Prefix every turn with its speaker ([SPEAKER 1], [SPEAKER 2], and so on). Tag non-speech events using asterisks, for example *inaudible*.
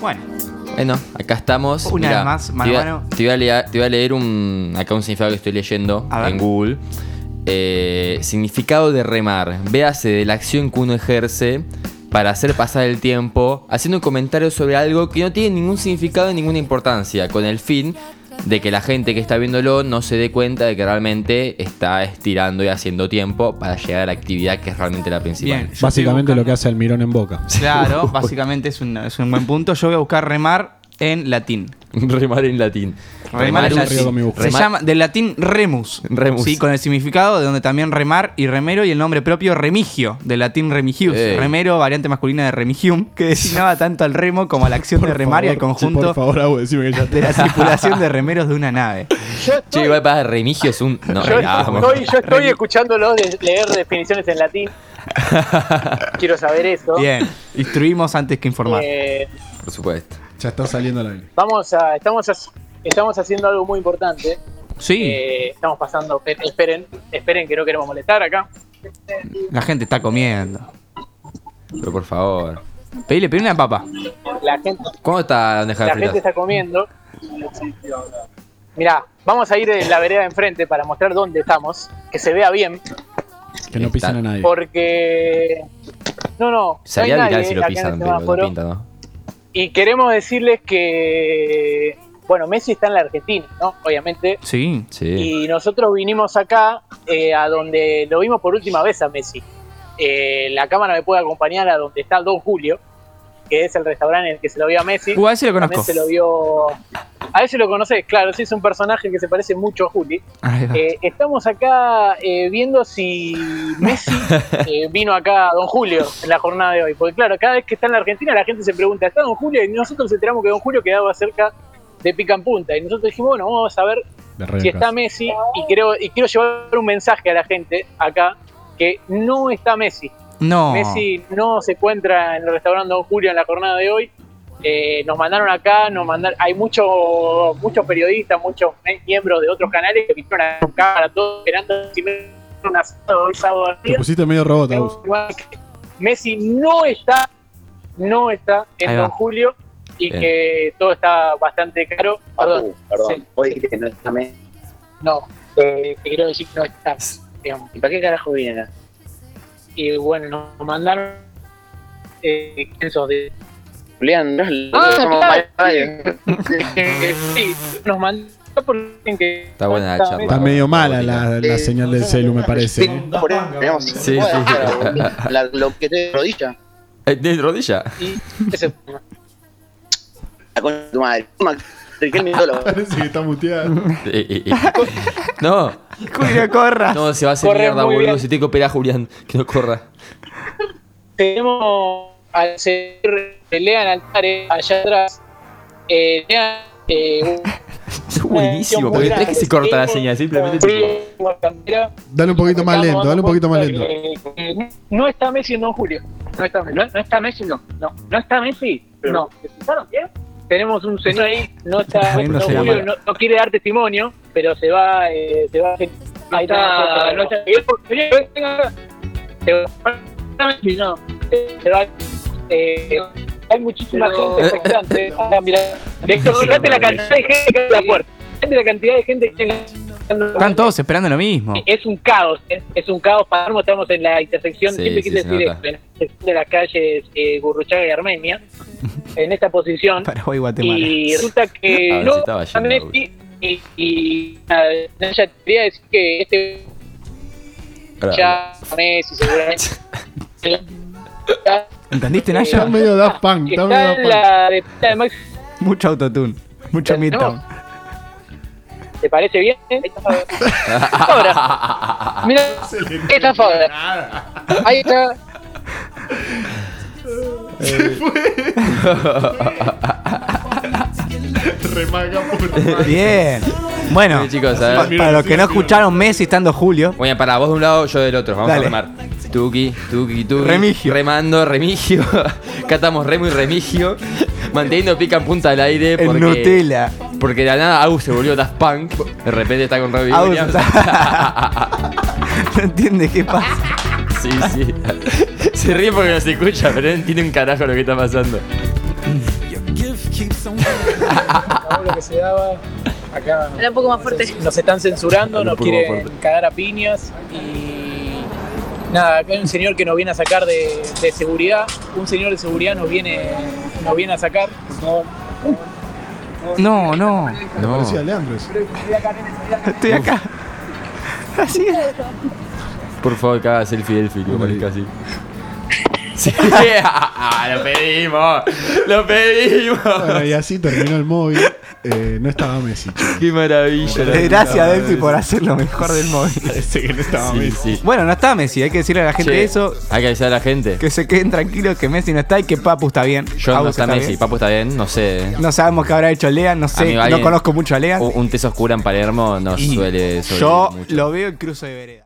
[SPEAKER 1] Bueno,
[SPEAKER 2] Bueno, acá estamos.
[SPEAKER 1] Una
[SPEAKER 2] Mirá,
[SPEAKER 1] vez más,
[SPEAKER 2] te
[SPEAKER 1] mano
[SPEAKER 2] voy a-
[SPEAKER 1] a mano.
[SPEAKER 2] Te voy a, lea- te voy a leer un, acá un significado que estoy leyendo
[SPEAKER 1] A ver.
[SPEAKER 2] en Google. Eh, significado de remar. Véase de la acción que uno ejerce para hacer pasar el tiempo, haciendo un comentario sobre algo que no tiene ningún significado ni ninguna importancia, con el fin de que la gente que está viéndolo no se dé cuenta de que realmente está estirando y haciendo tiempo para llegar a la actividad que es realmente la principal.
[SPEAKER 1] bien. yo
[SPEAKER 3] Básicamente
[SPEAKER 1] estoy
[SPEAKER 3] lo que hace Almirón en Boca.
[SPEAKER 1] buscando-
[SPEAKER 3] *laughs*
[SPEAKER 1] Claro, básicamente es un, es un buen punto. Yo voy a buscar remar en latín.
[SPEAKER 2] *laughs* remar en latín.
[SPEAKER 1] Remar en
[SPEAKER 3] es un río
[SPEAKER 1] latín.
[SPEAKER 3] que me gusta.
[SPEAKER 1] Se
[SPEAKER 2] Remar-
[SPEAKER 1] llama del latín remus.
[SPEAKER 2] Remus.
[SPEAKER 1] Sí, con el significado de donde también remar y remero y el nombre propio remigio, del latín remigius.
[SPEAKER 2] Ey.
[SPEAKER 1] Remero, variante masculina de remigium, que designaba tanto al remo como a la acción de remar y al
[SPEAKER 3] *laughs* Por favor, sí,
[SPEAKER 1] conjunto
[SPEAKER 3] por favor, Agus, decime que ya
[SPEAKER 1] de la tripulación
[SPEAKER 3] *laughs*
[SPEAKER 1] de remeros de una nave.
[SPEAKER 4] Yo estoy,
[SPEAKER 2] Che, igual para Remigio es
[SPEAKER 4] *laughs*
[SPEAKER 2] un. No,
[SPEAKER 4] yo
[SPEAKER 2] vamos.
[SPEAKER 4] estoy, yo estoy escuchándolo de- leer definiciones
[SPEAKER 2] *laughs*
[SPEAKER 4] en latín. Quiero saber eso.
[SPEAKER 1] Bien, instruimos antes que informar.
[SPEAKER 4] Eh,
[SPEAKER 2] Por supuesto.
[SPEAKER 3] Ya está saliendo la aire.
[SPEAKER 4] vamos a, estamos, ha- estamos haciendo algo muy importante.
[SPEAKER 1] Sí,
[SPEAKER 4] Eh, estamos pasando, esper- esperen, esperen que no queremos molestar acá.
[SPEAKER 1] la gente está comiendo.
[SPEAKER 2] Pero por favor.
[SPEAKER 1] Pedile, pedile una papa.
[SPEAKER 4] La gente,
[SPEAKER 2] ¿Cómo está donde
[SPEAKER 4] la
[SPEAKER 2] dejar
[SPEAKER 4] gente está comiendo. Mirá, vamos a ir en la vereda de enfrente para mostrar dónde estamos, que se vea bien,
[SPEAKER 3] Que no pisan a nadie.
[SPEAKER 4] porque no, no, no hay
[SPEAKER 2] Sería viral
[SPEAKER 4] nadie
[SPEAKER 2] si lo
[SPEAKER 4] acá en el
[SPEAKER 2] pisan, pero no
[SPEAKER 4] semáforo.
[SPEAKER 2] pinta, ¿no?
[SPEAKER 4] Y queremos decirles que, bueno, Messi está en la Argentina, ¿no? Obviamente.
[SPEAKER 1] Sí.
[SPEAKER 2] Sí.
[SPEAKER 4] Y nosotros vinimos acá eh, a donde lo vimos por última vez a Messi. Eh, la cámara me puede acompañar a donde está Don Julio, que es el restaurante en el que se lo vio a Messi.
[SPEAKER 1] Uh, a ese lo
[SPEAKER 4] También
[SPEAKER 1] conozco.
[SPEAKER 4] se lo vio... A ese lo conoces, claro, sí es un personaje que se parece mucho a Juli.
[SPEAKER 1] Ahí va.
[SPEAKER 4] Eh, estamos acá eh, viendo si Messi eh, vino acá a Don Julio en la jornada de hoy. Porque claro, cada vez que está en la Argentina la gente se pregunta, ¿está Don Julio? Y nosotros enteramos que Don Julio quedaba cerca de pica en punta. Y nosotros dijimos, bueno, vamos a ver
[SPEAKER 3] De radio
[SPEAKER 4] si
[SPEAKER 3] en casa.
[SPEAKER 4] está Messi. Y, creo, y quiero llevar un mensaje a la gente acá que no está Messi.
[SPEAKER 1] no.
[SPEAKER 4] Messi no se encuentra en el restaurante Don Julio en la jornada de hoy. Eh, nos mandaron acá, nos mandaron, hay muchos muchos periodistas, muchos me- miembros de otros canales que vinieron a la cámara, todos esperando si Messi un asado hoy sábado al
[SPEAKER 3] Te
[SPEAKER 4] día.
[SPEAKER 3] pusiste medio robot, Agus.
[SPEAKER 4] Igual que Messi no está, no está en
[SPEAKER 1] Ahí va.
[SPEAKER 4] Don Julio y
[SPEAKER 2] Bien.
[SPEAKER 4] que todo está bastante caro. Perdón,
[SPEAKER 5] Perdón, perdón.
[SPEAKER 4] Sí.
[SPEAKER 5] Vos dijiste que no está Messi.
[SPEAKER 4] no, eh, te quiero decir que no está. digamos.
[SPEAKER 5] ¿Y para qué carajo vienen?
[SPEAKER 4] Y bueno, nos mandaron eh, esos de
[SPEAKER 5] Julián, no es lo
[SPEAKER 4] Ah,
[SPEAKER 5] que somos
[SPEAKER 4] claro.
[SPEAKER 5] más radio.
[SPEAKER 4] Eh, sí, nos mandó por que
[SPEAKER 2] Está buena la charla.
[SPEAKER 3] Está medio mala la, la señal del celu, me parece.
[SPEAKER 5] Por eso tenemos
[SPEAKER 2] Sí,
[SPEAKER 5] cinco
[SPEAKER 2] sí.
[SPEAKER 5] horas, la- lo que te rodilla.
[SPEAKER 2] Eh, De rodilla. *laughs*
[SPEAKER 4] Y ese-
[SPEAKER 5] La concha de tu madre. Riquelme Dolo.
[SPEAKER 3] *laughs* Parece que está muteada.
[SPEAKER 2] Eh, eh, eh. no,
[SPEAKER 1] Julio, corra.
[SPEAKER 2] no, se va a hacer
[SPEAKER 4] Corre
[SPEAKER 2] mierda,
[SPEAKER 4] muy
[SPEAKER 2] boludo.
[SPEAKER 4] bien.
[SPEAKER 2] Si te coopera Julián, que no corra.
[SPEAKER 4] tenemos al seguir de Lean Altares allá atrás. Eh, Lean, eh,
[SPEAKER 2] Es *laughs* buenísimo,
[SPEAKER 4] Muy
[SPEAKER 2] porque
[SPEAKER 4] grande.
[SPEAKER 2] crees que se corta la señal, simplemente. tipo-
[SPEAKER 4] un campera.
[SPEAKER 3] Dale un poquito más
[SPEAKER 4] Estamos
[SPEAKER 3] lento, dale
[SPEAKER 4] dando eh,
[SPEAKER 3] un poquito más
[SPEAKER 4] cuenta
[SPEAKER 3] lento.
[SPEAKER 4] que- que no- No está Messi en Don Julio. No está Messi. No, no está Messi, no. No, no está Messi. No. ¿Te fijaron bien? Tenemos un señor ahí, no está Don
[SPEAKER 1] Poniéndose la
[SPEAKER 4] Julio, no,
[SPEAKER 1] mano.
[SPEAKER 4] no quiere dar testimonio, pero se va, eh, se va. Ahí está, no está. Se va, no. Se va. eh, hay muchísima gente *laughs* expectante. Ah, mira, fíjate la cantidad de gente que hay en la puerta. Fíjate la cantidad de gente que hay en la
[SPEAKER 1] Están todos esperando lo mismo.
[SPEAKER 4] es un caos, es, es un caos. Palermo, estamos en la intersección,
[SPEAKER 2] Sí,
[SPEAKER 4] siempre
[SPEAKER 2] sí,
[SPEAKER 4] quise
[SPEAKER 2] se
[SPEAKER 4] decir
[SPEAKER 2] nota.
[SPEAKER 4] esto, en la intersección de las calles eh, Gurruchaga
[SPEAKER 2] *laughs*
[SPEAKER 4] y Armenia, en esta posición.
[SPEAKER 1] Paraguay, Guatemala.
[SPEAKER 4] Y
[SPEAKER 2] *laughs*
[SPEAKER 4] resulta
[SPEAKER 2] A
[SPEAKER 4] que
[SPEAKER 2] ver,
[SPEAKER 4] no,
[SPEAKER 2] si estaba yendo,
[SPEAKER 4] Messi, y, y nada, Naya, quería decir que este
[SPEAKER 2] Pará.
[SPEAKER 4] ya Messi seguramente.
[SPEAKER 1] ¿Entendiste,
[SPEAKER 3] Está
[SPEAKER 4] Eh,
[SPEAKER 1] Naya?
[SPEAKER 3] medio Daft Punk, está medio
[SPEAKER 4] Está
[SPEAKER 3] Daft
[SPEAKER 4] en
[SPEAKER 3] Punk.
[SPEAKER 4] la de, de Max,
[SPEAKER 1] Mucho autotune. Mucho
[SPEAKER 4] eh, No.
[SPEAKER 1] midtown.
[SPEAKER 4] ¿te parece bien? Esta favor.
[SPEAKER 2] *laughs*
[SPEAKER 4] Ahora, mira, esta favor. Ahí está.
[SPEAKER 3] Remaga por
[SPEAKER 1] *laughs* Bien. Bueno,
[SPEAKER 2] Sí, chicos, a
[SPEAKER 1] pa-
[SPEAKER 2] ver.
[SPEAKER 3] Mira,
[SPEAKER 1] para los que no
[SPEAKER 3] sí, sí.
[SPEAKER 1] escucharon Messi estando Julio, *laughs*
[SPEAKER 2] Bueno, para vos de un lado, yo del otro. Vamos
[SPEAKER 1] Dale.
[SPEAKER 2] a remar. Tuki, tuki, tuki.
[SPEAKER 1] Remigio.
[SPEAKER 2] Remando, remigio. *laughs* Catamos remo y remigio. Manteniendo pica en punta al aire.
[SPEAKER 1] en
[SPEAKER 2] porque-
[SPEAKER 1] Nutella.
[SPEAKER 2] Porque de la nada Agus se volvió Daft Punk. De repente está con Robbie
[SPEAKER 1] Agus
[SPEAKER 2] Williams.
[SPEAKER 1] No entiende qué pasa.
[SPEAKER 2] *laughs* sí, sí. Se ríe porque no se escucha, pero no entiende un carajo lo que está pasando.
[SPEAKER 6] You give
[SPEAKER 4] Todo *laughs* lo que se daba acá.
[SPEAKER 6] Era un poco más fuerte.
[SPEAKER 4] Nos están censurando,
[SPEAKER 2] Habla
[SPEAKER 4] nos
[SPEAKER 2] un poco más
[SPEAKER 4] quieren cagar a piñas y nada, acá hay un señor que nos viene a sacar de, de seguridad, un señor de seguridad nos viene, nos viene a sacar, por favor.
[SPEAKER 1] No, no.
[SPEAKER 2] No.
[SPEAKER 3] Parecía Leandros.
[SPEAKER 1] Estoy acá. Así es.
[SPEAKER 2] Por favor, que haga selfie Delphi, que
[SPEAKER 3] No me
[SPEAKER 2] parezca así. Sí, *laughs* ah, lo pedimos, lo pedimos.
[SPEAKER 3] Bueno, y así terminó el móvil. Eh, no estaba Messi, chicos.
[SPEAKER 2] Qué maravilla. la puta
[SPEAKER 1] Eh, Gracias,
[SPEAKER 2] madre.
[SPEAKER 1] Delphi, por hacer lo mejor del
[SPEAKER 2] *laughs*
[SPEAKER 1] móvil.
[SPEAKER 3] Parece que no estaba
[SPEAKER 2] Sí,
[SPEAKER 3] Messi.
[SPEAKER 2] sí.
[SPEAKER 1] Bueno, no está Messi, hay que decirle a la gente
[SPEAKER 2] Che,
[SPEAKER 1] eso.
[SPEAKER 2] Hay que avisar a la gente.
[SPEAKER 1] Que se queden tranquilos que Messi no está y que Papu está bien.
[SPEAKER 2] John no
[SPEAKER 1] Agus
[SPEAKER 2] está Messi,
[SPEAKER 1] bien.
[SPEAKER 2] Papu está bien, no sé.
[SPEAKER 1] No sabemos qué habrá hecho Lean, no sé,
[SPEAKER 2] Amigo,
[SPEAKER 1] no
[SPEAKER 2] alguien-
[SPEAKER 1] conozco mucho a Lean.
[SPEAKER 2] Un, un tez oscura en Palermo no
[SPEAKER 1] Y
[SPEAKER 2] suele. suele
[SPEAKER 1] yo
[SPEAKER 2] mucho.
[SPEAKER 1] lo veo en cruce de vereda.